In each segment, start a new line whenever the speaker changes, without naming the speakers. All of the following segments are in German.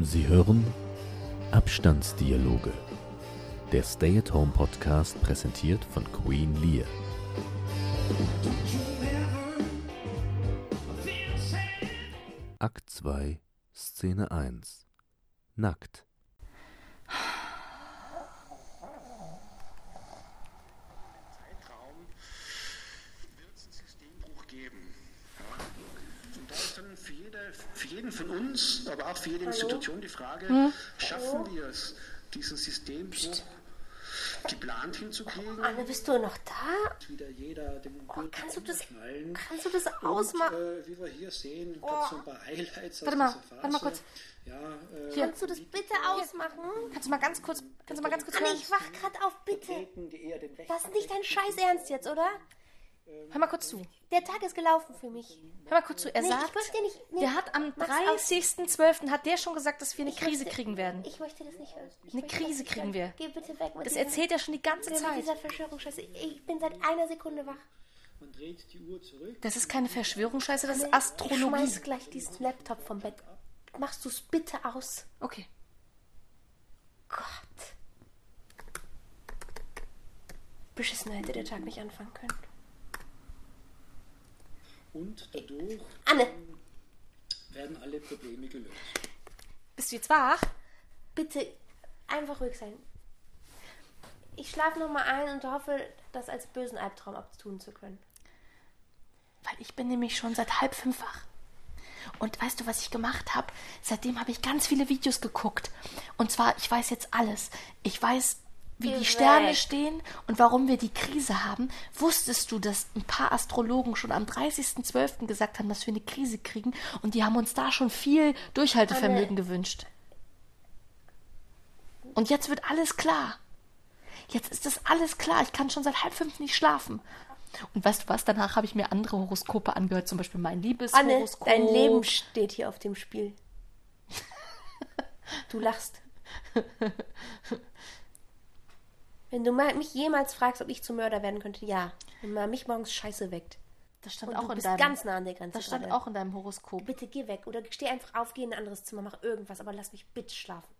Sie hören Abstandsdialoge. Der Stay-at-Home-Podcast präsentiert von Queen Lear. Akt 2, Szene 1. Nackt.
Zeitraum wird es einen Systembruch geben. Ja? Und da ist dann für, jede, für jeden von uns, aber auch für jede Institution die Frage, schaffen wir es, diesen Systembruch geplant hinzukriegen,
Anne, bist du noch da?
wieder jeder dem Gürtel
Ah. kannst du das-
umschnallen.
Kannst du das
Und,
ausmachen?
äh, wie wir hier sehen, gab es so ein paar Highlights
Warte
aus
mal,
dieser Phase.
warte mal kurz.
Ja, äh,
Kannst du das bitte ausmachen?
Kannst du mal ganz kurz, kannst du mal ganz kurz
Anne,
hören?
ich wach grad auf, bitte.
Denken, die eher dem Recht
Das ist nicht dein Scheiß Ernst jetzt, oder?
Hör mal kurz zu.
Der Tag ist gelaufen für mich.
Hör mal kurz zu. Er
Nee, ich
sagt,
möchte nicht- nee,
der hat am
mach's aus.
30.12. hat der schon gesagt, dass wir eine
Ich
Krise
möchte-
kriegen werden.
Ich möchte das nicht hören. Ich
Eine
möchte
Krise
das nicht
kriegen
hören.
wir.
Geh bitte weg mit
Das
dieser-
erzählt er schon die ganze
mit dieser
Zeit.
Verschwörungsscheiße. Ich bin seit einer Sekunde wach.
Man dreht die Uhr zurück.
Das ist keine Verschwörungsscheiße, das ist
Ich
Astrologie.
schmeiß gleich diesen Laptop vom Bett. Machst du's bitte aus?
Okay.
Gott. Beschissen hätte der Tag nicht anfangen können.
Und dadurch
Anne,
werden alle Probleme gelöst.
Bist du jetzt wach?
Bitte einfach ruhig sein. Ich schlafe nochmal ein und hoffe, das als bösen Albtraum abtun zu können.
Weil ich bin nämlich schon seit halb fünf wach. Und weißt du, was ich gemacht habe? Seitdem habe ich ganz viele Videos geguckt. Und zwar, ich weiß jetzt alles. Ich weiß, wie
Geh
die Sterne
weg.
stehen und warum wir die Krise haben. Wusstest du, dass ein paar Astrologen schon am 30.12. gesagt haben, dass wir eine Krise kriegen? Und die haben uns da schon viel Durchhaltevermögen gewünscht. Und jetzt wird alles klar. Jetzt ist das alles klar. Ich kann schon seit halb fünf nicht schlafen. Und weißt du was? Danach habe ich mir andere Horoskope angehört, zum Beispiel mein
Anne,
Liebeshoroskop.
dein Leben steht hier auf dem Spiel. Du lachst. Wenn du mal mich jemals fragst, ob ich zum Mörder werden könnte, ja. Wenn man mich morgens scheiße weckt.
Das stand
Und
auch
du
in
bist
deinem,
ganz nah an der Grenze.
Das stand
gerade.
auch in deinem Horoskop.
Bitte geh weg oder steh einfach auf, geh in ein anderes Zimmer, mach irgendwas, aber lass mich bitte schlafen.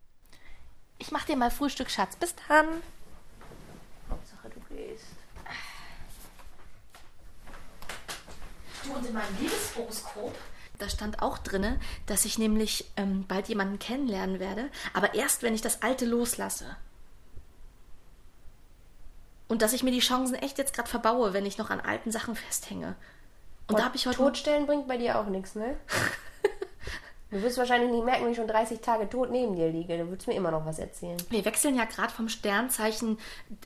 Ich mach dir mal Frühstück, Schatz. Bis dann.
Hauptsache du gehst.
Du und in meinem Liebeshoroskop. Da stand auch drinne, dass ich nämlich ähm, bald jemanden kennenlernen werde, aber erst, wenn ich das Alte loslasse. Und dass ich mir die Chancen echt jetzt gerade verbaue, wenn ich noch an alten Sachen festhänge. Und, da habe ich heute.
Totstellen bringt bei dir auch nichts, ne? du wirst wahrscheinlich nicht merken, wenn ich schon 30 Tage tot neben dir liege. Du würdest mir immer noch was erzählen.
Wir wechseln ja gerade vom Sternzeichen,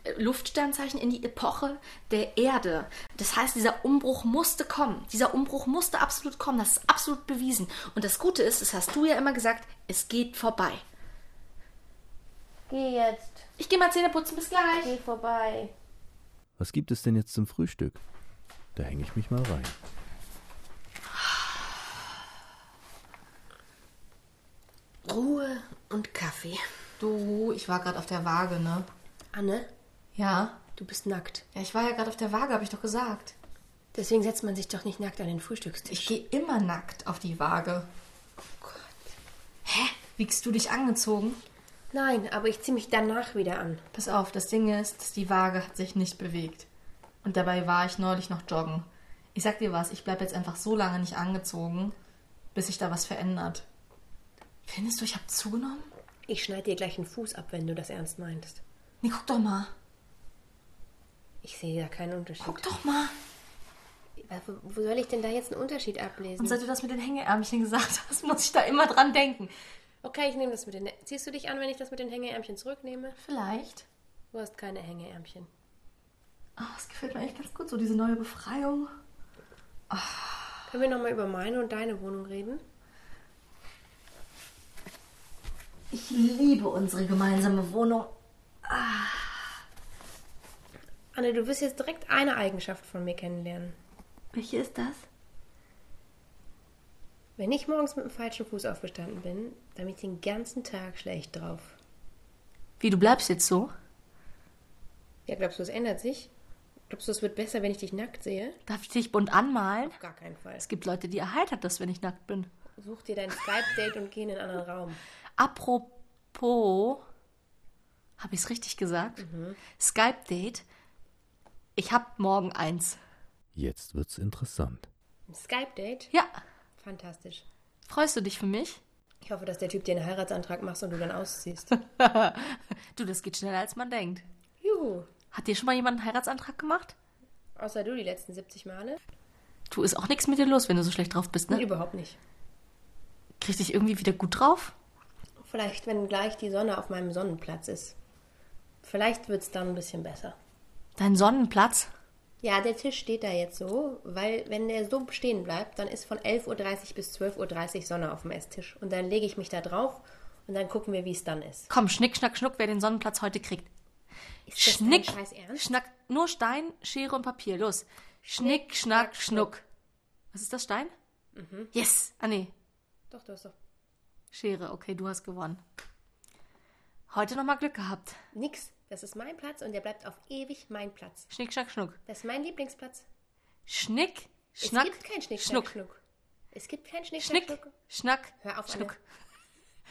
äh, Luftsternzeichen in die Epoche der Erde. Das heißt, dieser Umbruch musste kommen. Dieser Umbruch musste absolut kommen. Das ist absolut bewiesen. Und das Gute ist, das hast du ja immer gesagt, es geht vorbei.
Geh jetzt.
Ich gehe mal Zähne putzen. Bis gleich.
Geh vorbei.
Was gibt es denn jetzt zum Frühstück? Da hänge ich mich mal rein.
Ruhe und Kaffee.
Du, ich war gerade auf der Waage, ne?
Anne,
Ja.
du bist nackt.
Ja, ich war ja gerade auf der Waage, habe ich doch gesagt.
Deswegen setzt man sich doch nicht nackt an den Frühstückstisch.
Ich gehe immer nackt auf die Waage. Oh Gott. Hä? Wiegst du dich angezogen?
Nein, aber ich zieh mich danach wieder an.
Pass auf, das Ding ist, dass die Waage hat sich nicht bewegt. Und dabei war ich neulich noch joggen. Ich sag dir was, ich bleib jetzt einfach so lange nicht angezogen, bis sich da was verändert. Findest du, ich habe zugenommen?
Ich schneide dir gleich einen Fuß ab, wenn du das ernst meinst.
Nee, guck doch mal.
Ich sehe da keinen Unterschied.
Guck doch mal.
Wo, wo soll ich denn da jetzt einen Unterschied ablesen?
Und seit du das mit den Hängeärmchen gesagt hast, muss ich da immer dran denken.
Okay, ich nehme das mit den. Ziehst du dich an, wenn ich das mit den Hängeärmchen zurücknehme?
Vielleicht.
Du hast keine Hängeärmchen.
Oh, das gefällt mir eigentlich ganz gut, so diese neue Befreiung.
Können wir nochmal über meine und deine Wohnung reden?
Ich liebe unsere gemeinsame Wohnung.
Anne, du wirst jetzt direkt eine Eigenschaft von mir kennenlernen.
Welche ist das?
Wenn ich morgens mit dem falschen Fuß aufgestanden bin, dann bin ich den ganzen Tag schlecht drauf.
Wie, du bleibst jetzt so?
Ja, glaubst du, es ändert sich? Glaubst du, es wird besser, wenn ich dich nackt sehe?
Darf ich dich bunt anmalen?
Gar keinen Fall.
Es gibt Leute, die erheitert das, wenn ich nackt bin.
Such dir dein Skype-Date und geh in einen anderen Raum.
Apropos, habe ich es richtig gesagt? Skype-Date. Ich habe morgen eins.
Jetzt wird's interessant.
Ein Skype-Date?
Ja,
Fantastisch.
freust du dich für mich?
Ich hoffe, dass der Typ dir einen Heiratsantrag macht und du dann ausziehst.
Du, das geht schneller, als man denkt.
Juhu.
Hat dir schon mal jemand einen Heiratsantrag gemacht?
Außer du die letzten 70 Male?
Du, ist auch nichts mit dir los, wenn du so schlecht drauf bist, ne?
Überhaupt nicht.
Krieg dich irgendwie wieder gut drauf?
Vielleicht, wenn gleich die Sonne auf meinem Sonnenplatz ist. Vielleicht wird's dann ein bisschen besser.
Dein Sonnenplatz?
Ja, der Tisch steht da jetzt so, weil wenn der so stehen bleibt, dann ist von 11.30 Uhr bis 12.30 Uhr Sonne auf dem Esstisch. Und dann lege ich mich da drauf und dann gucken wir, wie es dann ist.
Komm, schnick, schnack, schnuck, wer den Sonnenplatz heute kriegt.
Ist das dein
Schnick,
Scheiß Ernst?
schnack, nur Stein, Schere und Papier, los. Schnick, schnack, schnuck. Was ist das, Stein?
Mhm.
Yes! Ah, nee,
Doch, du hast doch
Schere, okay, du hast gewonnen. Heute nochmal Glück gehabt.
nix. Das ist mein Platz und der bleibt auf ewig mein Platz.
Schnick, schnack, schnuck.
Das ist mein Lieblingsplatz.
Schnick, schnack,
es gibt keinen Schnick, Schnack,
schnuck.
Schnuck. Es gibt keinen Schnick, Schnack,
Schnick,
Schnuck.
schnack,
Hör auf,
schnuck.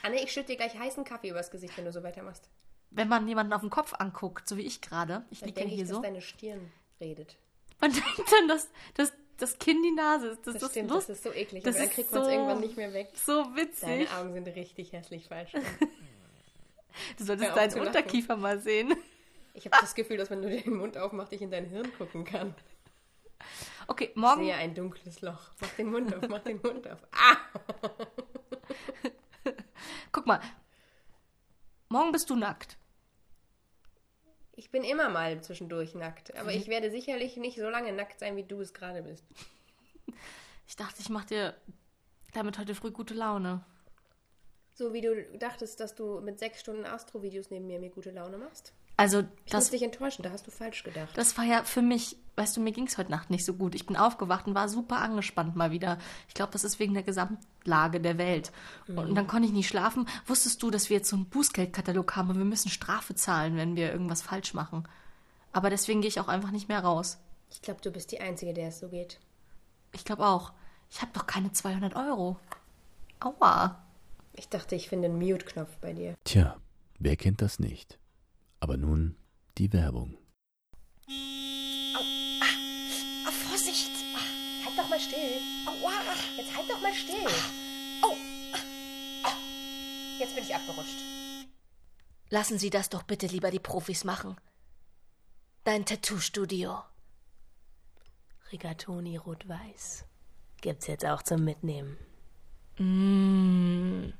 Anne, ich schütte dir gleich heißen Kaffee übers Gesicht, wenn du so weitermachst.
Wenn man jemanden auf den Kopf anguckt, so wie ich gerade, ich
Dann
liege ja
denke ich,
hier
dass
so,
deine Stirn redet.
man denkt dann, dass, dass das Kinn die Nase ist. Das,
Das,
ist
stimmt,
lust-
das ist so eklig.
das
aber dann
ist
kriegt man es
so-
irgendwann nicht mehr weg.
so witzig.
Deine Augen sind richtig hässlich falsch.
Du solltest
Hör auf
deinen
zu lachen.
Unterkiefer mal sehen.
Ich habe das Gefühl, dass wenn du den Mund aufmachst, ich in dein Hirn gucken kann.
Okay,
Ich
morgen
sehe ein dunkles Loch. Mach den Mund auf, mach den Mund auf. Ah!
Guck mal. Morgen bist du nackt.
Ich bin immer mal zwischendurch nackt. Aber ich werde sicherlich nicht so lange nackt sein, wie du es gerade bist.
Ich dachte, ich mache dir damit heute früh gute Laune.
So wie du dachtest, dass du mit sechs Stunden Astro-Videos neben mir mir gute Laune machst.
Also,
Ich muss
das,
dich enttäuschen, da hast du falsch gedacht.
das war ja für mich, weißt du, mir ging's heute Nacht nicht so gut. Ich bin aufgewacht und war super angespannt mal wieder. Ich glaube, das ist wegen der Gesamtlage der Welt. Und dann konnte ich nicht schlafen. Wusstest du, dass wir jetzt so einen Bußgeldkatalog haben und wir müssen Strafe zahlen, wenn wir irgendwas falsch machen? Aber deswegen gehe ich auch einfach nicht mehr raus.
Ich glaube, du bist die Einzige, der es so geht.
Ich glaube auch. Ich habe doch keine 200 Euro. Aua.
Ich dachte, ich finde einen Mute-Knopf bei dir.
Tja, wer kennt das nicht? Aber nun die Werbung.
Ah, Vorsicht!
Halt doch mal still.
Aua!
Jetzt halt doch mal still.
Au!
Jetzt bin ich abgerutscht.
Lassen Sie das doch bitte lieber die Profis machen. Dein Tattoo-Studio.
Rigatoni Rot-Weiß. Gibt's jetzt auch zum Mitnehmen.
Mm.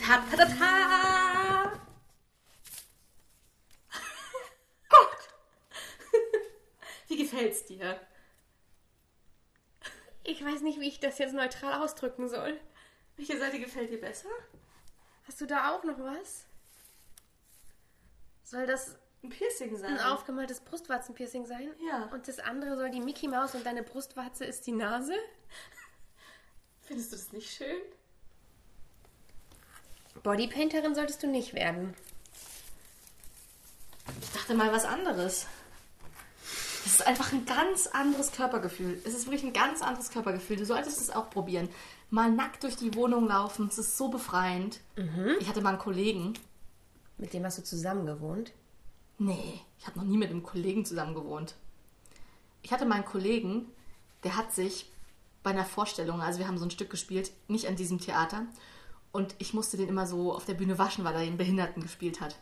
Ta ta ta ta. Wie gefällt's dir?
Ich weiß nicht, wie ich das jetzt neutral ausdrücken soll.
Welche Seite gefällt dir besser?
Hast du da auch noch was? Soll das
Ein Piercing sein.
ein aufgemaltes Brustwarzenpiercing sein?
Ja.
Und das andere soll die Mickey Maus und deine Brustwarze ist die Nase?
Findest du das nicht schön?
Bodypainterin solltest du nicht werden.
Ich dachte mal was anderes. Es ist einfach ein ganz anderes Körpergefühl. Es ist wirklich ein ganz anderes Körpergefühl. Du solltest es auch probieren. Mal nackt durch die Wohnung laufen. Es ist so befreiend. Ich hatte mal einen Kollegen.
Mit dem hast du zusammen gewohnt?
Nee, ich habe noch nie mit einem Kollegen zusammen gewohnt. Ich hatte meinen Kollegen, der hat sich bei einer Vorstellung, also wir haben so ein Stück gespielt, nicht an diesem Theater, und ich musste den immer so auf der Bühne waschen, weil er den Behinderten gespielt hat.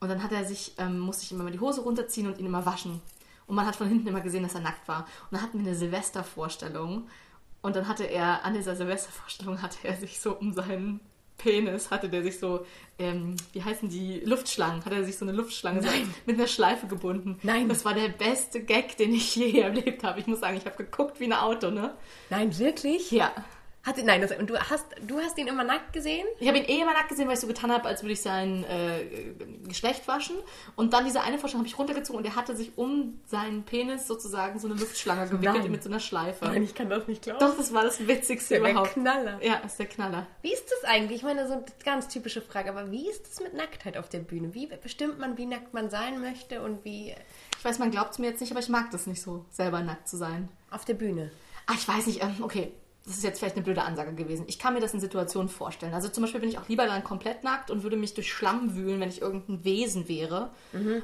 Und dann hat er sich, ähm, musste ich ihm immer die Hose runterziehen und ihn immer waschen. Und man hat von hinten immer gesehen, dass er nackt war. Und dann hatten wir eine Silvestervorstellung. Und dann hatte er, an dieser Silvestervorstellung hatte er sich so um seinen Penis, hatte der sich so, ähm, wie heißen die, Luftschlangen, hatte er sich so eine Luftschlange so mit einer Schleife gebunden.
Nein.
Das war der beste Gag, den ich je erlebt habe. Ich muss sagen, ich habe geguckt wie ein Auto, ne?
Nein, wirklich?
Ja.
Hat, nein, das, und du hast, du hast ihn immer nackt gesehen?
Ich habe ihn eh immer nackt gesehen, weil ich so getan habe, als würde ich sein äh, Geschlecht waschen. Und dann diese eine Vorstellung habe ich runtergezogen und er hatte sich um seinen Penis sozusagen so eine Luftschlange gewickelt
Nein.
mit so einer Schleife.
ich kann das nicht glauben.
Doch, das war das Witzigste
Der
überhaupt.
Knaller.
Ja, ist der Knaller.
Wie ist das eigentlich? Ich meine, so eine ganz typische Frage, aber wie ist es mit Nacktheit auf der Bühne? Wie bestimmt man, wie nackt man sein möchte und wie
Ich weiß, man glaubt es mir jetzt nicht, aber ich mag das nicht so, selber nackt zu sein.
auf der Bühne?
Ah, ich weiß nicht, ähm, okay. das ist jetzt vielleicht eine blöde Ansage gewesen. Ich kann mir das in Situationen vorstellen. Also zum Beispiel bin ich auch lieber dann komplett nackt und würde mich durch Schlamm wühlen, wenn ich irgendein Wesen wäre.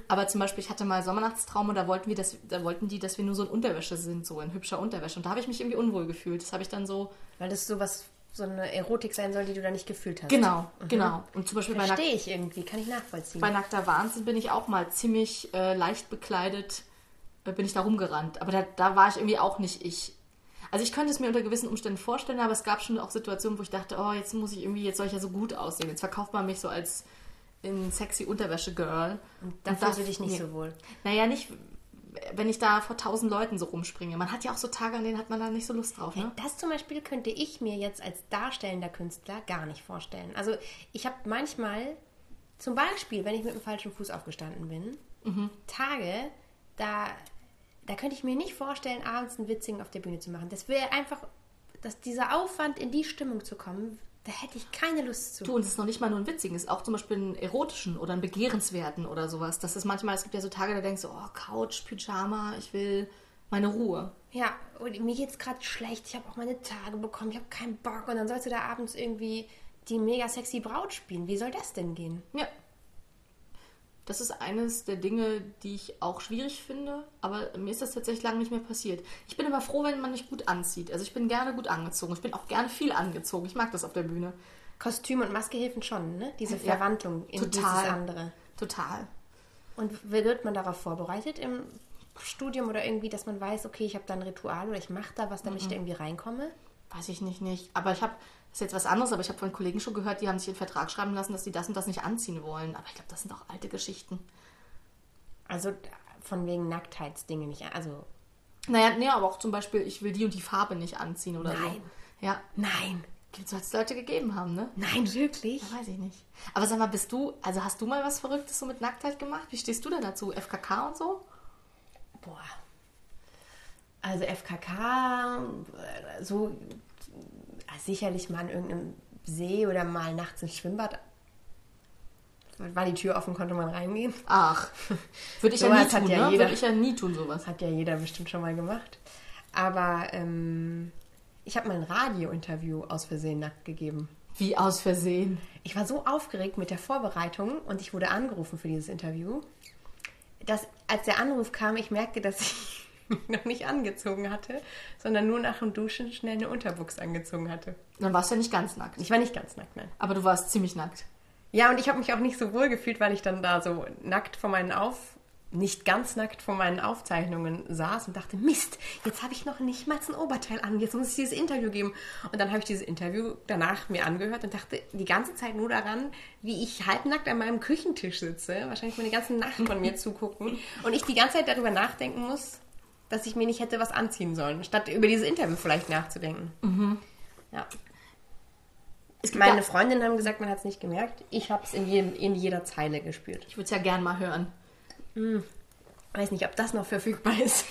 Aber zum Beispiel, ich hatte mal Sommernachtstraum und da wollten, wir das, da wollten die, dass wir nur so in Unterwäsche sind, so in hübscher Unterwäsche. Und da habe ich mich irgendwie unwohl gefühlt. Das habe ich dann so.
Weil das sowas, so eine Erotik sein soll, die du da nicht gefühlt hast.
Genau, genau. Und zum Beispiel bei einer
Verstehe ich irgendwie, kann ich nachvollziehen.
bei nackter Wahnsinn bin ich auch mal ziemlich äh, leicht bekleidet, äh, bin ich da rumgerannt. Aber da, da war ich irgendwie auch nicht ich. Also ich könnte es mir unter gewissen Umständen vorstellen, aber es gab schon auch Situationen, wo ich dachte, oh, jetzt muss ich irgendwie, jetzt soll ich ja so gut aussehen. Jetzt verkauft man mich so als in sexy Unterwäsche-Girl. Und
da
das-
fühlst du dich nicht so wohl.
Naja, nicht, wenn ich da vor tausend Leuten so rumspringe. Man hat ja auch so Tage, an denen hat man da nicht so Lust drauf, ne?
Das zum Beispiel könnte ich mir jetzt als darstellender Künstler gar nicht vorstellen. Also ich habe manchmal, zum Beispiel, wenn ich mit dem falschen Fuß aufgestanden bin, Tage, da, da könnte ich mir nicht vorstellen, abends einen Witzing auf der Bühne zu machen. Das wäre einfach, dass dieser Aufwand, in die Stimmung zu kommen, da hätte ich keine Lust zu.
Du, und es ist noch nicht mal nur ein witzigen, es ist auch zum Beispiel einen erotischen oder einen begehrenswerten oder sowas. Das ist manchmal, es gibt ja so Tage, da denkst du, oh, Couch, Pyjama, ich will meine Ruhe.
Ja, und mir geht's gerade schlecht. Ich habe auch meine Tage bekommen. Ich habe keinen Bock. Und dann sollst du da abends irgendwie die mega sexy Braut spielen. Wie soll das denn gehen?
Ja. Das ist eines der Dinge, die ich auch schwierig finde, aber mir ist das tatsächlich lange nicht mehr passiert. Ich bin immer froh, wenn man mich gut anzieht. Also ich bin gerne gut angezogen. Ich bin auch gerne viel angezogen. Ich mag das auf der Bühne.
Kostüm und Maske helfen schon, ne? Diese
Ja,
Verwandlung in dieses andere.
Total.
Und wird man darauf vorbereitet im Studium oder irgendwie, dass man weiß, okay, ich habe da ein Ritual oder ich mache da was, damit ich da irgendwie reinkomme?
Weiß ich nicht, nicht. Aber ich habe, das ist jetzt was anderes, aber ich habe von Kollegen schon gehört, die haben sich einen Vertrag schreiben lassen, dass die das und das nicht anziehen wollen. Aber ich glaube, das sind auch alte Geschichten.
Also von wegen Nacktheitsdinge nicht. Also
Naja, nee, aber auch zum Beispiel, ich will die und die Farbe nicht anziehen oder
Nein.
so. Ja,
nein,
soll es Leute gegeben haben, ne?
nein, wirklich?
Weiß ich nicht. Aber sag mal, bist du, also hast du mal was Verrücktes so mit Nacktheit gemacht? Wie stehst du denn dazu? FKK und so?
Boah. Also FKK, äh, so äh, sicherlich mal in irgendeinem See oder mal nachts ins Schwimmbad. War die Tür offen, konnte man reingehen.
Ach, würde ich ja
Sowas
nie
hat
tun,
ja
ne?
jeder.
Würde ich ja nie tun, sowas.
Hat ja jeder bestimmt schon mal gemacht. Aber ähm, ich habe mal ein Radiointerview aus Versehen nackt gegeben.
Wie aus Versehen.
Ich war so aufgeregt mit der Vorbereitung und ich wurde angerufen für dieses Interview, dass als der Anruf kam, ich merkte, dass ich mich noch nicht angezogen hatte, sondern nur nach dem Duschen schnell eine Unterwuchs angezogen hatte.
Dann warst du ja nicht ganz nackt.
Ich war nicht ganz nackt, nein.
Aber du warst ziemlich nackt.
Ja, und ich habe mich auch nicht so wohl gefühlt, weil ich dann da so nackt vor meinen Auf nicht ganz nackt vor meinen Aufzeichnungen saß und dachte, Mist, jetzt habe ich noch nicht mal ein Oberteil an, jetzt muss ich dieses Interview geben. Und dann habe ich dieses Interview danach mir angehört und dachte die ganze Zeit nur daran, wie ich halbnackt an meinem Küchentisch sitze, wahrscheinlich meine ganze Nacht von mir zugucken und ich die ganze Zeit darüber nachdenken muss, dass ich mir nicht hätte was anziehen sollen, statt über dieses Interview vielleicht nachzudenken. Ja. Meine
ja-
Freundinnen haben gesagt, man hat es nicht gemerkt. Ich habe es in, jedem- in jeder Zeile gespürt.
Ich würde es ja gern mal hören.
Ich weiß nicht, ob das noch verfügbar ist.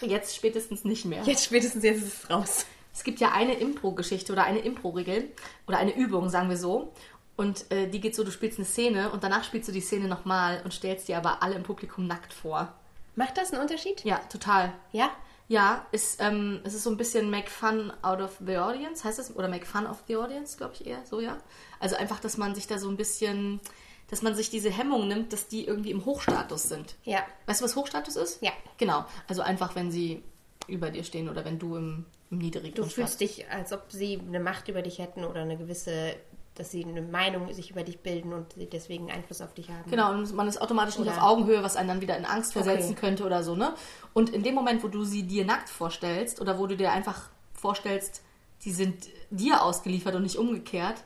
Jetzt spätestens nicht mehr.
Jetzt spätestens jetzt ist es raus.
Es gibt ja eine Impro-Geschichte oder eine Impro-Regel oder eine Übung, sagen wir so. Und äh, die geht so, du spielst eine Szene und danach spielst du die Szene nochmal und stellst dir aber alle im Publikum nackt vor.
Macht das einen Unterschied?
Ja, total.
Ja?
Ja, ist, ähm, es ist so ein bisschen make fun out of the audience, heißt es? Oder make fun of the audience, glaube ich eher, so ja. Also einfach, dass man sich da so ein bisschen, dass man sich diese Hemmung nimmt, dass die irgendwie im Hochstatus sind.
Ja.
Weißt du, was Hochstatus ist?
Ja.
Genau. Also einfach, wenn sie über dir stehen oder wenn du im, im niedrigen
Du fühlst dich, als ob sie eine Macht über dich hätten oder eine gewisse, dass sie eine Meinung sich über dich bilden und sie deswegen Einfluss auf dich haben.
Genau, und man ist automatisch nicht
Mhm. Oder-
auf Augenhöhe, was einen dann wieder in Angst versetzen
Okay.
könnte oder so, ne? Und in dem Moment, wo du sie dir nackt vorstellst oder wo du dir einfach vorstellst, die sind dir ausgeliefert und nicht umgekehrt,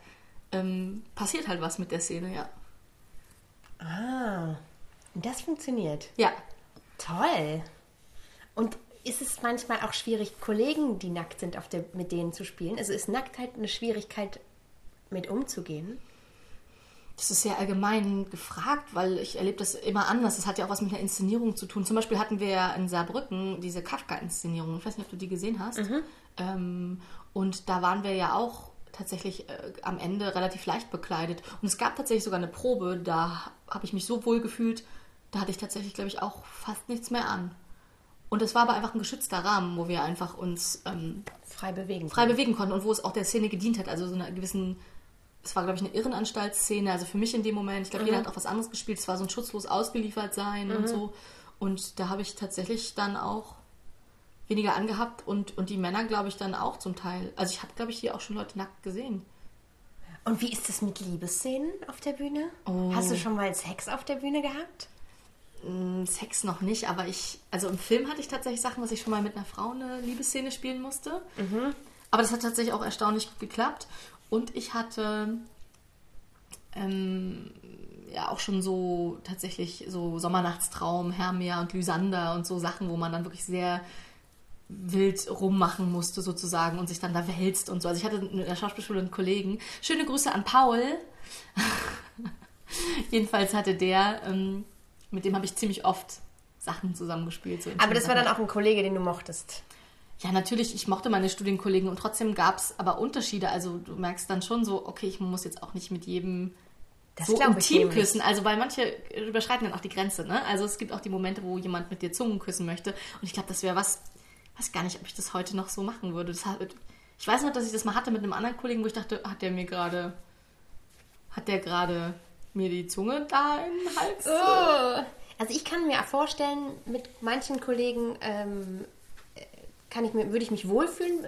ähm, passiert halt was mit der Szene, ja.
Ah. Und das funktioniert.
Ja,
Toll. Und ist es manchmal auch schwierig, Kollegen, die nackt sind, auf der, mit denen zu spielen? Also ist Nacktheit eine Schwierigkeit, mit umzugehen?
das ist sehr allgemein gefragt, weil ich erlebe das immer anders. Das hat ja auch was mit einer Inszenierung zu tun. Zum Beispiel hatten wir ja in Saarbrücken diese Kafka-Inszenierung. Ich weiß nicht, ob du die gesehen hast. Ähm, und da waren wir ja auch tatsächlich äh, am Ende relativ leicht bekleidet. Und es gab tatsächlich sogar eine Probe, da habe ich mich so wohl gefühlt, da hatte ich tatsächlich, glaube ich, auch fast nichts mehr an. Und Und es war aber einfach ein geschützter Rahmen, wo wir einfach uns ähm,
Frei bewegen.
frei bewegen konnten und wo es auch der Szene gedient hat. Also so einer gewissen, es war, glaube ich, eine Irrenanstalt-Szene, also für mich in dem Moment. Ich glaube, jeder hat auch was anderes gespielt. Es war so ein schutzlos ausgeliefert sein und so. Und da habe ich tatsächlich dann auch weniger angehabt und, und die Männer, glaube ich, dann auch zum Teil. Also ich habe, glaube ich, hier auch schon Leute nackt gesehen.
Und wie ist das mit Liebesszenen auf der Bühne? Hast du schon mal Sex auf der Bühne gehabt?
Hm, Sex noch nicht, aber ich, also im Film hatte ich tatsächlich Sachen, was ich schon mal mit einer Frau eine Liebesszene spielen musste. Aber das hat tatsächlich auch erstaunlich gut geklappt. Und ich hatte ähm, ja auch schon so tatsächlich so Sommernachtstraum, Hermia und Lysander und so Sachen, wo man dann wirklich sehr wild rummachen musste sozusagen und sich dann da wälzt und so. Also ich hatte in der Schauspielschule einen Kollegen. Schöne Grüße an Paul. Jedenfalls hatte der, ähm, mit dem habe ich ziemlich oft Sachen zusammengespielt. So
Aber das war dann
auch
auch ein Kollege, den du mochtest.
ja, natürlich, ich mochte meine Studienkollegen und trotzdem gab es aber Unterschiede. Also du merkst dann schon so, okay, ich muss jetzt auch nicht mit jedem
Das
so
glaub ich
intim
nämlich.
küssen. Also weil manche überschreiten dann auch die Grenze, ne? Also es gibt auch die Momente, wo jemand mit dir Zungen küssen möchte. Und ich glaube, das wäre was, weiß gar nicht, ob ich das heute noch so machen würde. Das hat, ich weiß noch, dass ich das mal hatte mit einem anderen Kollegen, wo ich dachte, hat der mir gerade, hat der gerade mir die Zunge da in den Hals?
Also ich kann mir vorstellen, mit manchen Kollegen ähm, äh, kann ich mir, würde ich mich wohlfühlen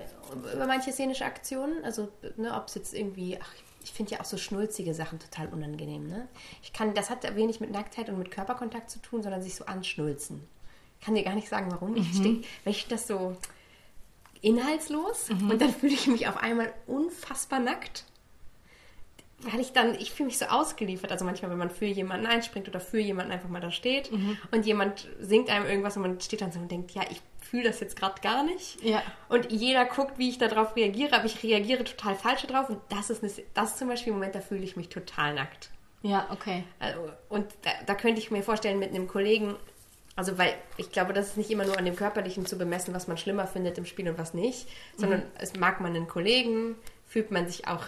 über manche szenische Aktionen. Also ne, ob es jetzt irgendwie, ach, ich finde ja auch so schnulzige Sachen total unangenehm. Ne? Ich kann, das hat wenig mit Nacktheit und mit Körperkontakt zu tun, sondern sich so anschnulzen. Ich kann dir gar nicht sagen, warum. Ich steh, weil ich das so inhaltslos und dann fühle ich mich auf einmal unfassbar nackt weil ich dann, ich fühle mich so ausgeliefert. Also manchmal, wenn man für jemanden einspringt oder für jemanden einfach mal da steht und jemand singt einem irgendwas und man steht dann so und denkt, ja, ich fühle das jetzt gerade gar nicht.
Ja.
Und jeder guckt, wie ich darauf reagiere, aber ich reagiere total falsch darauf. Und das ist, eine, das ist zum Beispiel ein Moment, da fühle ich mich total nackt.
Ja, okay.
Also, und da, da könnte ich mir vorstellen, mit einem Kollegen, also weil ich glaube, das ist nicht immer nur an dem Körperlichen zu bemessen, was man schlimmer findet im Spiel und was nicht, sondern
Mhm.
es mag man einen Kollegen, fühlt man sich auch,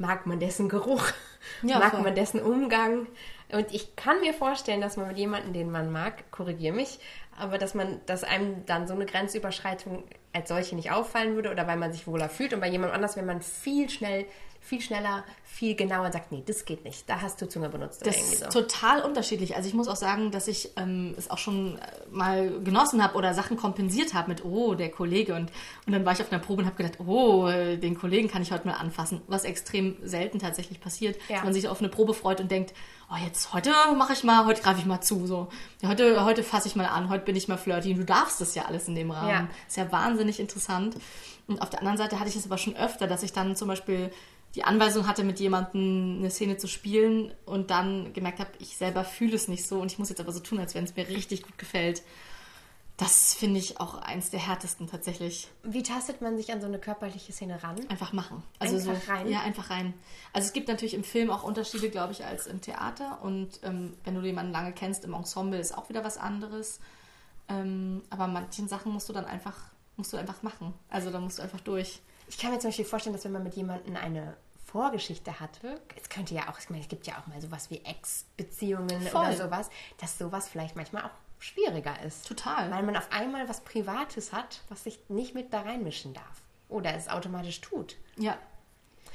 mag man dessen Geruch,
Ja,
mag
voll.
man dessen Umgang. Und ich kann mir vorstellen, dass man mit jemandem, den man mag, korrigiere mich, aber dass man, dass einem dann so eine Grenzüberschreitung als solche nicht auffallen würde oder weil man sich wohler fühlt und bei jemand anders, wenn man viel schnell, viel schneller, viel genauer sagt, nee, das geht nicht, da hast du Zunge benutzt. oder
Das
irgendwie
ist
so.
total unterschiedlich. Also ich muss auch sagen, dass ich ähm, es auch schon äh, mal genossen habe oder Sachen kompensiert habe mit, oh, der Kollege. Und, und dann war ich auf einer Probe und habe gedacht, oh, äh, den Kollegen kann ich heute mal anfassen. Was extrem selten tatsächlich passiert,
Ja.
dass man sich auf eine Probe freut und denkt, oh, jetzt heute mache ich mal, heute greife ich mal zu. So. Ja, heute heute fasse ich mal an, heute bin ich mal flirty. Du darfst das ja alles in dem Rahmen.
Ja.
Ist ja wahnsinnig interessant. Und auf der anderen Seite hatte ich es aber schon öfter, dass ich dann zum Beispiel die Anweisung hatte, mit jemandem eine Szene zu spielen und dann gemerkt habe, ich selber fühle es nicht so und ich muss jetzt aber so tun, als wenn es mir richtig gut gefällt. Das finde ich auch eins der härtesten tatsächlich.
Wie tastet man sich an so eine körperliche Szene ran?
Einfach machen. Also
Einfach
so,
rein?
Ja, einfach rein. Also es gibt natürlich im Film auch Unterschiede, glaube ich, als im Theater. Und ähm, wenn du jemanden lange kennst, im Ensemble ist auch wieder was anderes. Ähm, aber manchen Sachen musst du dann einfach, musst du einfach machen. Also da musst du einfach durch.
Ich kann mir zum Beispiel vorstellen, dass wenn man mit jemandem eine Vorgeschichte hatte, es könnte ja auch, ich meine, es gibt ja auch mal sowas wie Ex-Beziehungen oder
Voll.
sowas, dass sowas vielleicht manchmal auch schwieriger ist.
Total.
Weil man auf einmal was Privates hat, was sich nicht mit da reinmischen darf. Oder es automatisch tut.
Ja,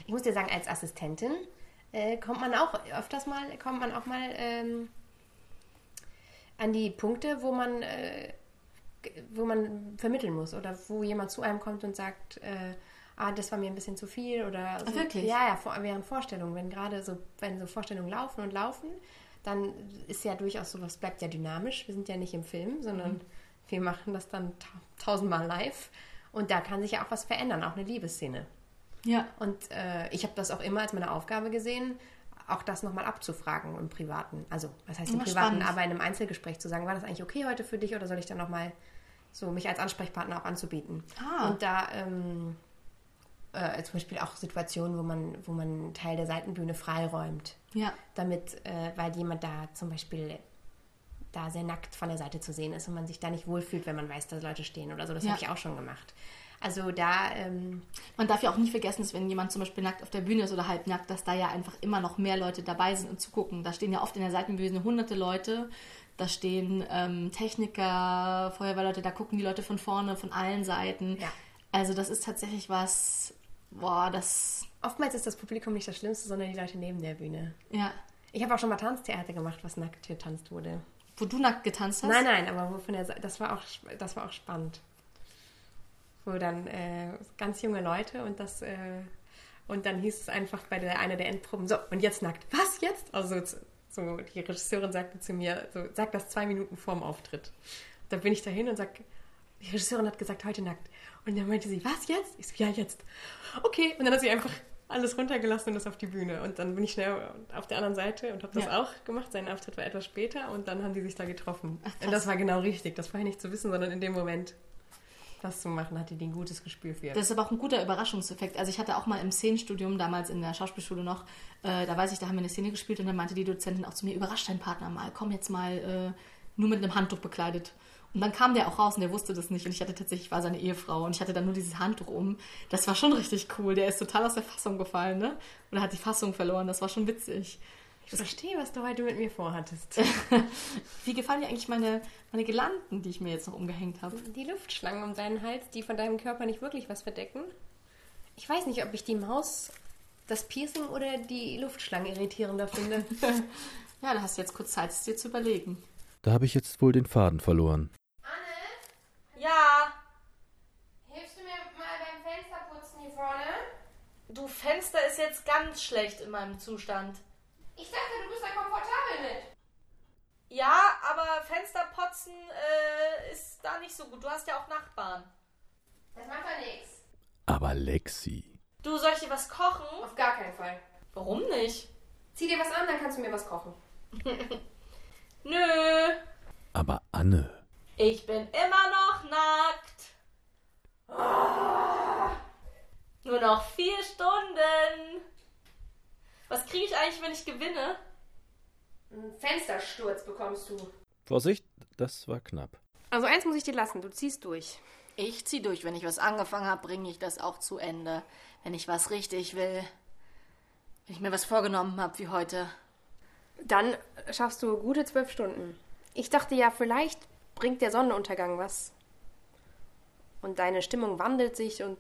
Ich muss dir sagen, als Assistentin äh, kommt man auch öfters mal, kommt man auch mal ähm, an die Punkte, wo man, äh, g- wo man vermitteln muss oder wo jemand zu einem kommt und sagt, äh, ah, das war mir ein bisschen zu viel oder so.
wirklich?
Ja, ja, vor, während Vorstellungen, wenn gerade so, wenn so Vorstellungen laufen und laufen, dann ist ja durchaus sowas, bleibt ja dynamisch. Wir sind ja nicht im Film, sondern wir machen das dann ta tausendmal live. Und da kann sich ja auch was verändern, auch eine Liebesszene.
ja.
Und äh, ich habe das auch immer als meine Aufgabe gesehen, auch das nochmal abzufragen im Privaten. Also, was heißt im
Immer
Privaten,
spannend.
aber in einem Einzelgespräch zu sagen, war das eigentlich okay heute für dich oder soll ich dann nochmal so mich als Ansprechpartner auch anzubieten?
Ah.
Und da ähm, äh, zum Beispiel auch Situationen, wo man, wo man einen Teil der Seitenbühne freiräumt,
Ja,
damit, äh, weil jemand da zum Beispiel da sehr nackt von der Seite zu sehen ist und man sich da nicht wohlfühlt, wenn man weiß, dass Leute stehen oder so. Das
Ja.
habe ich auch schon gemacht. Also da ähm,
man darf ja auch nie vergessen, dass wenn jemand zum Beispiel nackt auf der Bühne ist oder halbnackt, dass da ja einfach immer noch mehr Leute dabei sind und zugucken. Da stehen ja oft in der Seitenbühne hunderte Leute. Da
Da stehen ähm, Techniker, Feuerwehrleute, da gucken die Leute von vorne, von allen Seiten.
Ja.
Also das ist tatsächlich was, boah, das,
Oftmals ist das Publikum nicht das Schlimmste, sondern die Leute neben der Bühne.
ja.
Ich habe auch schon mal Tanztheater gemacht, was nackt getanzt wurde.
Wo du nackt getanzt hast?
Nein, nein, aber wo von der Seite, das war auch, sp- das war auch spannend. Wo dann äh, ganz junge Leute und das, äh, und dann hieß es einfach bei der, einer der Endproben, so, und jetzt nackt. Was jetzt? Also, so- so, die Regisseurin sagte zu mir, so, sag das zwei Minuten vorm Auftritt. Da bin ich dahin und sag, die Regisseurin hat gesagt, heute nackt. Und dann meinte sie, was jetzt? Ich so, ja, jetzt. Okay. Und dann hat sie einfach alles runtergelassen und das auf die Bühne. Und dann bin ich schnell auf der anderen Seite und habe das
Ja.
auch gemacht. Sein Auftritt war etwas später und dann haben die sich da getroffen.
krass.
und das war genau richtig. Das vorher nicht zu wissen, sondern in dem Moment das zu machen, hatte die ein gutes Gespür für.
Das ist aber auch ein guter Überraschungseffekt. Also ich hatte auch mal im Szenenstudium, damals in der Schauspielschule noch, äh, da weiß ich, da haben wir eine Szene gespielt und dann meinte die Dozentin auch zu mir, überrasch deinen Partner mal, komm jetzt mal äh, nur mit einem Handtuch bekleidet. Und dann kam der auch raus und der wusste das nicht. Und ich hatte tatsächlich, ich war seine Ehefrau und ich hatte dann nur dieses Handtuch um. Das war schon richtig cool. Der ist total aus der Fassung gefallen, ne? Oder hat die Fassung verloren. Das war schon witzig.
ich verstehe, was du heute mit mir vorhattest.
Wie gefallen dir eigentlich meine, meine Gelanden, die ich mir jetzt noch umgehängt habe?
Die Luftschlangen um deinen Hals, die von deinem Körper nicht wirklich was verdecken. Ich weiß nicht, ob ich die Maus, das Piercing oder die Luftschlange irritierender finde.
Ja, da hast du jetzt kurz Zeit, es dir zu überlegen.
Da habe ich jetzt wohl den Faden verloren.
Ja. Hilfst du mir mal beim Fensterputzen hier vorne? Du Fenster ist jetzt ganz schlecht in meinem Zustand. Ich dachte, du bist da komfortabel mit. Ja, aber Fensterputzen äh, ist da nicht so gut. Du hast ja auch Nachbarn. Das macht ja nichts.
Aber Lexi.
Du, soll ich dir was kochen?
Auf gar keinen Fall.
Warum nicht?
Zieh dir was an, dann kannst du mir was kochen.
Nö.
Aber Anne.
Ich bin immer noch nackt. Ah. Nur noch vier Stunden. Was kriege ich eigentlich, wenn ich gewinne?
Einen Fenstersturz bekommst du.
Vorsicht, das war knapp.
Also eins muss ich dir lassen, du ziehst durch.
Ich zieh durch. Wenn ich was angefangen habe, bringe ich das auch zu Ende. Wenn ich was richtig will. Wenn ich mir was vorgenommen habe, wie heute.
Dann schaffst du gute zwölf Stunden. Ich dachte ja, vielleicht bringt der Sonnenuntergang was. Und deine Stimmung wandelt sich und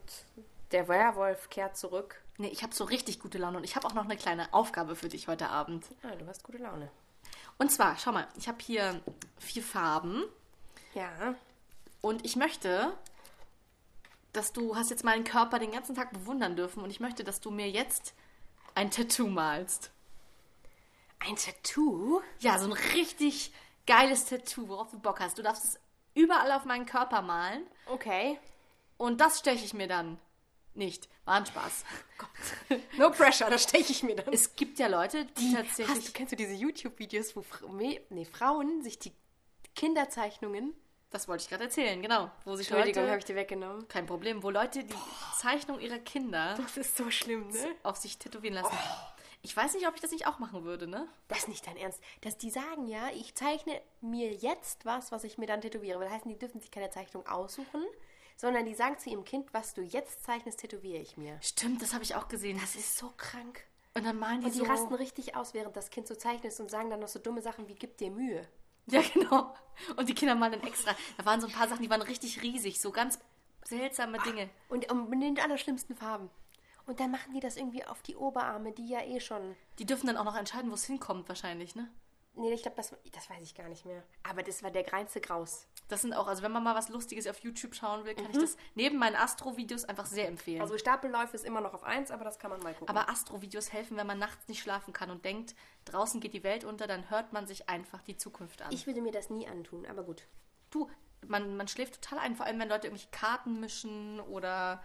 der Werwolf kehrt zurück.
Nee, ich habe so richtig gute Laune und ich habe auch noch eine kleine Aufgabe für dich heute Abend.
Ah, du hast gute Laune.
Und zwar, schau mal, ich habe hier vier Farben
Ja.
und ich möchte, dass du hast jetzt meinen Körper den ganzen Tag bewundern dürfen und ich möchte, dass du mir jetzt ein Tattoo malst.
Ein Tattoo?
Ja, so ein richtig geiles Tattoo, worauf du Bock hast. Du darfst es überall auf meinen Körper malen
Okay.
und das steche ich mir dann nicht. War ein Spaß.
No pressure, das steche ich mir dann.
Es gibt ja Leute, die, tatsächlich.
Hast du, kennst du diese YouTube-Videos, wo Fra- Me- nee, Frauen sich die Kinderzeichnungen...
das wollte ich gerade erzählen, genau. Wo sich
Entschuldigung,
Leute,
habe ich dir weggenommen.
kein Problem, wo Leute die Zeichnung ihrer Kinder
Das ist so schlimm, ne?
auf sich tätowieren lassen.
Oh.
Ich weiß nicht, ob ich das nicht auch machen würde, ne?
Das ist nicht dein Ernst. Dass die sagen, ja, ich zeichne mir jetzt was, was ich mir dann tätowiere. Das heißt, die dürfen sich keine Zeichnung aussuchen, sondern die sagen zu ihrem Kind, was du jetzt zeichnest, tätowiere ich mir.
Stimmt, das habe ich auch gesehen.
Das ist so krank.
Und dann malen die,
Und die
so.
rasten richtig aus, während das Kind so zeichnet und sagen dann noch so dumme Sachen wie, gib dir Mühe.
Ja, genau. Und die Kinder malen dann extra. Da waren so ein paar Sachen, die waren richtig riesig, so ganz seltsame Dinge.
Und um, in den allerschlimmsten Farben. Und dann machen die das irgendwie auf die Oberarme, die ja eh schon...
Die dürfen dann auch noch entscheiden, wo es hinkommt, wahrscheinlich, ne?
Nee, ich glaube, das, das weiß ich gar nicht mehr. Aber das war der greinste Graus.
Das sind auch, also wenn man mal was Lustiges auf YouTube schauen will, kann ich das neben meinen Astro-Videos einfach sehr empfehlen.
Mhm. Also Stapelläufe ist immer noch auf eins, aber das kann man mal gucken.
aber Astro-Videos helfen, wenn man nachts nicht schlafen kann und denkt, draußen geht die Welt unter, dann hört man sich einfach die Zukunft an.
ich würde mir das nie antun, aber gut.
Du, man, man schläft total ein, vor allem wenn Leute irgendwelche Karten mischen oder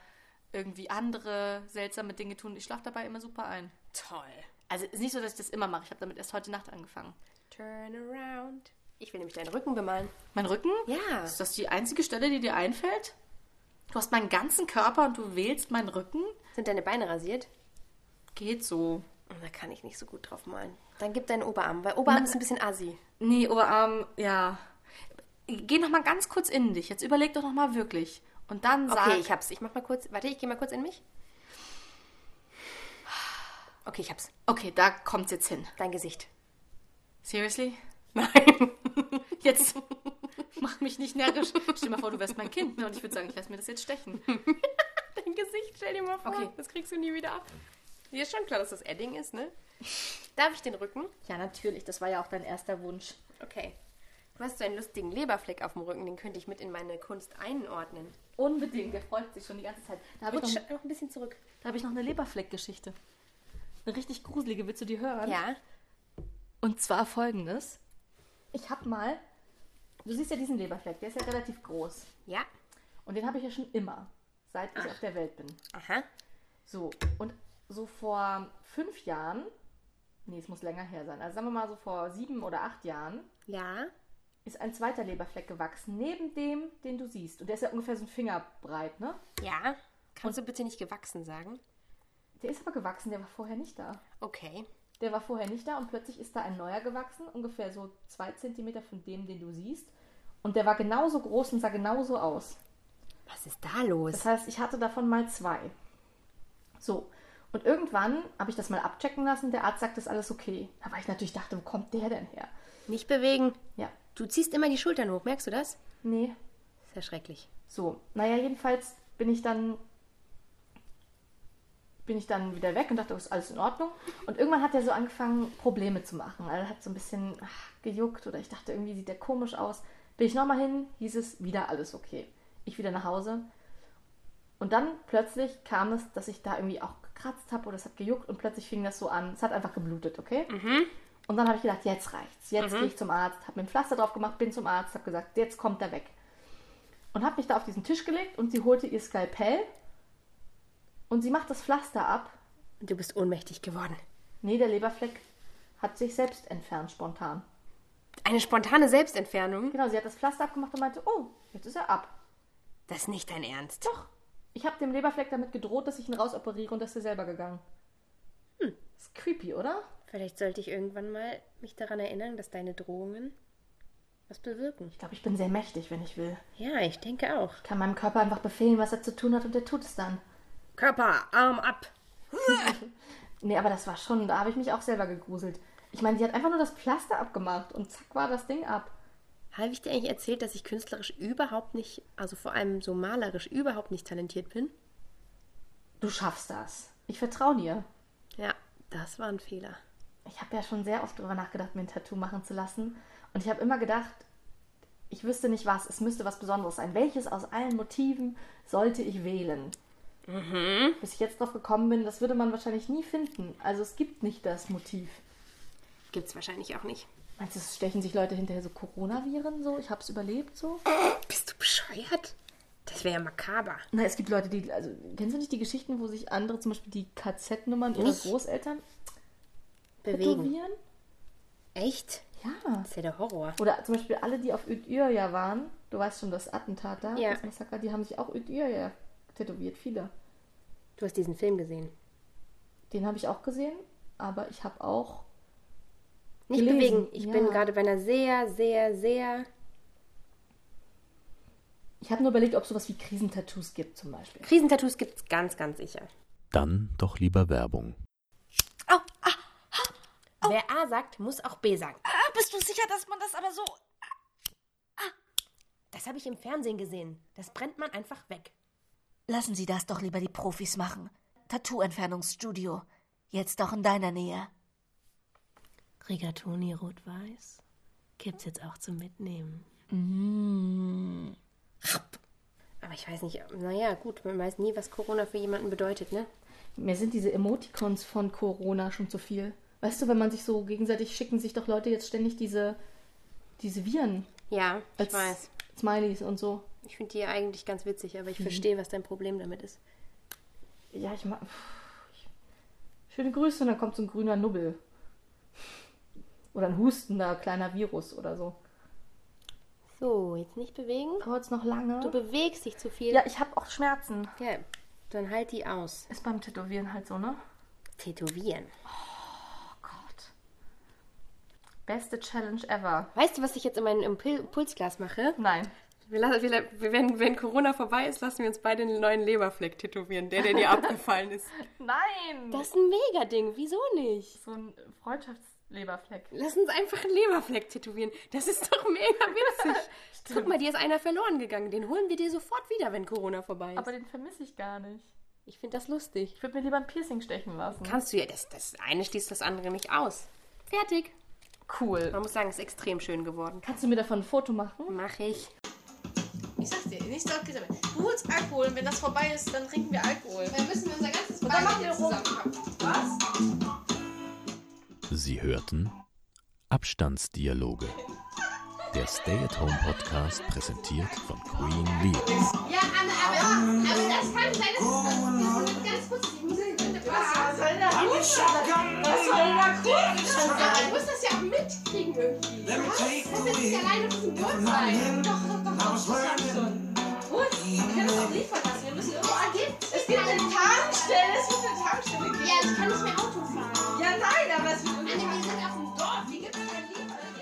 irgendwie andere seltsame Dinge tun. Ich schlafe dabei immer super ein.
Toll.
Also ist nicht so, dass ich das immer mache. Ich habe damit erst heute Nacht angefangen.
Turn around. Ich will nämlich deinen Rücken bemalen.
Mein Rücken?
Ja.
Ist das die einzige Stelle, die dir einfällt? Du hast meinen ganzen Körper und du wählst meinen Rücken?
Sind deine Beine rasiert?
Geht so.
Und da kann ich nicht so gut drauf malen. Dann gib deinen Oberarm, weil Oberarm
Na-
ist ein bisschen assi.
Nee, Oberarm, ja. Geh noch mal ganz kurz in dich. Jetzt überleg doch noch mal wirklich. Und dann sag...
Okay, ich hab's. Ich mach mal kurz. Warte, ich geh mal kurz in mich. Okay, ich hab's.
okay da kommt's jetzt hin.
Dein Gesicht.
Seriously?
Nein.
Jetzt mach mich nicht närrisch. Stell dir mal vor, du wärst mein Kind. Ne? Und ich würde sagen, ich lasse mir das jetzt stechen.
Dein Gesicht, stell dir mal vor.
Okay.
Das kriegst du nie wieder ab. Dir ist schon klar, dass das Edding ist, ne? Darf ich den Rücken?
Ja, natürlich. Das war ja auch dein erster Wunsch.
Okay. Du hast so einen lustigen Leberfleck auf dem Rücken, den könnte ich mit in meine Kunst einordnen.
Unbedingt. Der freut sich schon die ganze Zeit. Da habe ich,
Rutsch
noch-
noch ein bisschen zurück.
da hab ich noch eine Leberfleck-Geschichte. Eine richtig gruselige. Willst du die hören?
Ja.
Und zwar folgendes. Ich habe mal... Du siehst ja diesen Leberfleck. Der ist ja relativ groß.
Ja.
Und den habe ich ja schon immer. Seit ich auf der Welt bin.
Aha.
So, und so vor fünf Jahren, nee, es muss länger her sein, also sagen wir mal so vor sieben oder acht Jahren,
Ja.
ist ein zweiter Leberfleck gewachsen, neben dem, den du siehst. Und der ist ja ungefähr so ein Finger breit, ne?
Ja. Kannst du bitte nicht gewachsen sagen?
Der ist aber gewachsen, der war vorher nicht da.
Okay.
Der war vorher nicht da und plötzlich ist da ein neuer gewachsen, ungefähr so zwei Zentimeter von dem, den du siehst. Und der war genauso groß und sah genauso aus.
Was ist da los?
Das heißt, ich hatte davon mal zwei. So. Und irgendwann habe ich das mal abchecken lassen. Der Arzt sagt, das ist alles okay. Aber ich natürlich dachte, wo kommt der denn her?
nicht bewegen.
Ja.
Du ziehst immer die Schultern hoch, merkst du das?
Nee.
Das ist ja schrecklich.
So. Naja, jedenfalls bin ich dann bin ich dann wieder weg und dachte, oh, ist alles in Ordnung. Und irgendwann hat er so angefangen, Probleme zu machen. Also hat so ein bisschen ach, gejuckt oder ich dachte, irgendwie sieht der komisch aus. Bin ich nochmal hin, hieß es, wieder alles okay. Ich wieder nach Hause. Und dann plötzlich kam es, dass ich da irgendwie auch gekratzt habe oder es hat gejuckt und plötzlich fing das so an. Es hat einfach geblutet, okay? Und dann habe ich gedacht, jetzt reicht's. Jetzt gehe ich zum Arzt, habe mir ein Pflaster drauf gemacht, bin zum Arzt, habe gesagt, jetzt kommt er weg. Und habe mich da auf diesen Tisch gelegt und sie holte ihr Skalpell und sie macht das Pflaster ab.
Und du bist ohnmächtig geworden.
Nee, der Leberfleck hat sich selbst entfernt spontan.
Eine spontane Selbstentfernung?
Genau, sie hat das Pflaster abgemacht und meinte, oh, jetzt ist er ab.
Das ist nicht dein Ernst.
Doch, ich habe dem Leberfleck damit gedroht, dass ich ihn rausoperiere und das ist er selber gegangen. Hm. Ist creepy, oder?
Vielleicht sollte ich irgendwann mal mich daran erinnern, dass deine Drohungen was bewirken.
Ich glaube, ich bin sehr mächtig, wenn ich will.
Ja, ich denke auch.
Ich kann meinem Körper einfach befehlen, was er zu tun hat und er tut es dann.
Körper, Arm ab.
Nee, aber das war schon, da habe ich mich auch selber gegruselt. Ich meine, sie hat einfach nur das Pflaster abgemacht und zack war das Ding ab.
Habe ich dir eigentlich erzählt, dass ich künstlerisch überhaupt nicht, also vor allem so malerisch überhaupt nicht talentiert bin?
Du schaffst das. Ich vertraue dir.
Ja, das war ein Fehler.
Ich habe ja schon sehr oft darüber nachgedacht, mir ein Tattoo machen zu lassen. Und ich habe immer gedacht, ich wüsste nicht was, es müsste was Besonderes sein. Welches aus allen Motiven sollte ich wählen? Bis ich jetzt drauf gekommen bin, das würde man wahrscheinlich nie finden. Also es gibt nicht das Motiv.
Gibt's wahrscheinlich auch nicht.
Meinst du, es stechen sich Leute hinterher so Coronaviren so? Ich hab's überlebt so?
Bist du bescheuert? Das wäre ja makaber.
Na, es gibt Leute, die, also kennst du nicht die Geschichten, wo sich andere, zum Beispiel die KZ-Nummern ihrer
Mich?
Großeltern
Bewegen.
tätowieren?
Echt?
Ja.
Das ist ja der Horror.
Oder zum Beispiel alle, die auf Udyja waren, du weißt schon, das Attentat da,
Ja.
das Massaker, die haben sich auch Udyja tätowiert, viele.
Du hast diesen Film gesehen.
Den habe ich auch gesehen, aber ich habe auch,
Nicht
Gelesen,
bewegen. Ich
ja.
bin gerade bei einer sehr, sehr, sehr
ich habe nur überlegt, ob es sowas wie Krisentattoos gibt zum Beispiel.
Krisentattoos gibt's ganz, ganz sicher.
Dann doch lieber Werbung.
Oh, ah, oh. Wer A sagt, muss auch B sagen.
Ah, bist du sicher, dass man das aber so... Ah.
Das habe ich im Fernsehen gesehen. Das brennt man einfach weg.
Lassen Sie das doch lieber die Profis machen. Tattoo-Entfernungsstudio. Jetzt doch in deiner Nähe.
Rigatoni rot-weiß gibt's jetzt auch zum Mitnehmen.
Aber ich weiß nicht, naja, gut, man weiß nie, was Corona für jemanden bedeutet, ne?
Mir sind diese Emoticons von Corona schon zu viel. Weißt du, wenn man sich so gegenseitig schicken, sich doch Leute jetzt ständig diese, diese Viren
Ja, ich
als
weiß. Mhm.
Smileys und so.
Ich finde die ja eigentlich ganz witzig, aber ich verstehe, was dein Problem damit ist.
Ja, ich mag. Schöne Grüße und dann kommt so ein grüner Nubbel. Oder ein hustender kleiner Virus oder so.
So, jetzt nicht bewegen.
Dauert noch lange?
Du bewegst dich zu viel.
ja, ich habe auch Schmerzen.
ja. Dann halt die aus.
Ist beim Tätowieren halt so, ne?
Tätowieren.
Oh Gott. Beste Challenge ever.
Weißt du, was ich jetzt in meinem Impul- Pulsglas mache?
Nein.
Wir lassen, wir, wir- wenn, wenn Corona vorbei ist, lassen wir uns beide einen neuen Leberfleck tätowieren, der, der dir abgefallen ist.
Nein!
Das ist ein Mega-Ding, wieso nicht?
so ein Freundschafts.
Leberfleck.
Lass uns einfach einen Leberfleck tätowieren. Das ist doch mega witzig. Guck mal, dir ist einer verloren gegangen. Den holen wir dir sofort wieder, wenn Corona vorbei ist.
Aber den vermisse ich gar nicht.
ich finde das lustig.
Ich würde mir lieber ein Piercing stechen lassen.
Kannst du ja, das, das eine schließt das andere nicht aus. Fertig.
Cool.
Man muss sagen, ist extrem schön geworden.
Kannst du mir davon ein Foto machen?
Mach ich.
Ich sag's dir, nichts läuft damit. Du holst Alkohol und wenn das vorbei ist, dann trinken wir Alkohol. Dann müssen wir unser ganzes Bein zusammenpacken. Was?
Sie hörten Abstandsdialoge. Der Stay-at-Home-Podcast präsentiert von Queen Lear.
Ja, aber, aber, aber das kann sein, dass das, das, ganz kurz, ich muss das bitte Was soll da Was soll da Aber ich muss das ja auch mitkriegen irgendwie. Was? Das wird nicht alleine auf diesem Boot sein. Doch, doch, doch, doch, das hab ich schon. Gut, wir können das auch liefern lassen. Wir müssen irgendwo angehen. Es gibt eine Tankstelle, es muss eine Tankstelle geben. Ja, ich kann nicht mehr Auto fahren. Ja, nein, aber es wird irgendwie... Wir sind auf dem Dorf, hier gibt's kein Liefer. Da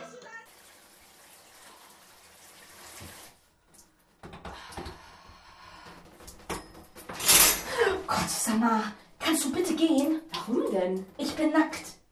gehst du da
Gott, Sanna, kannst du bitte gehen?
Warum denn?
Ich bin nackt.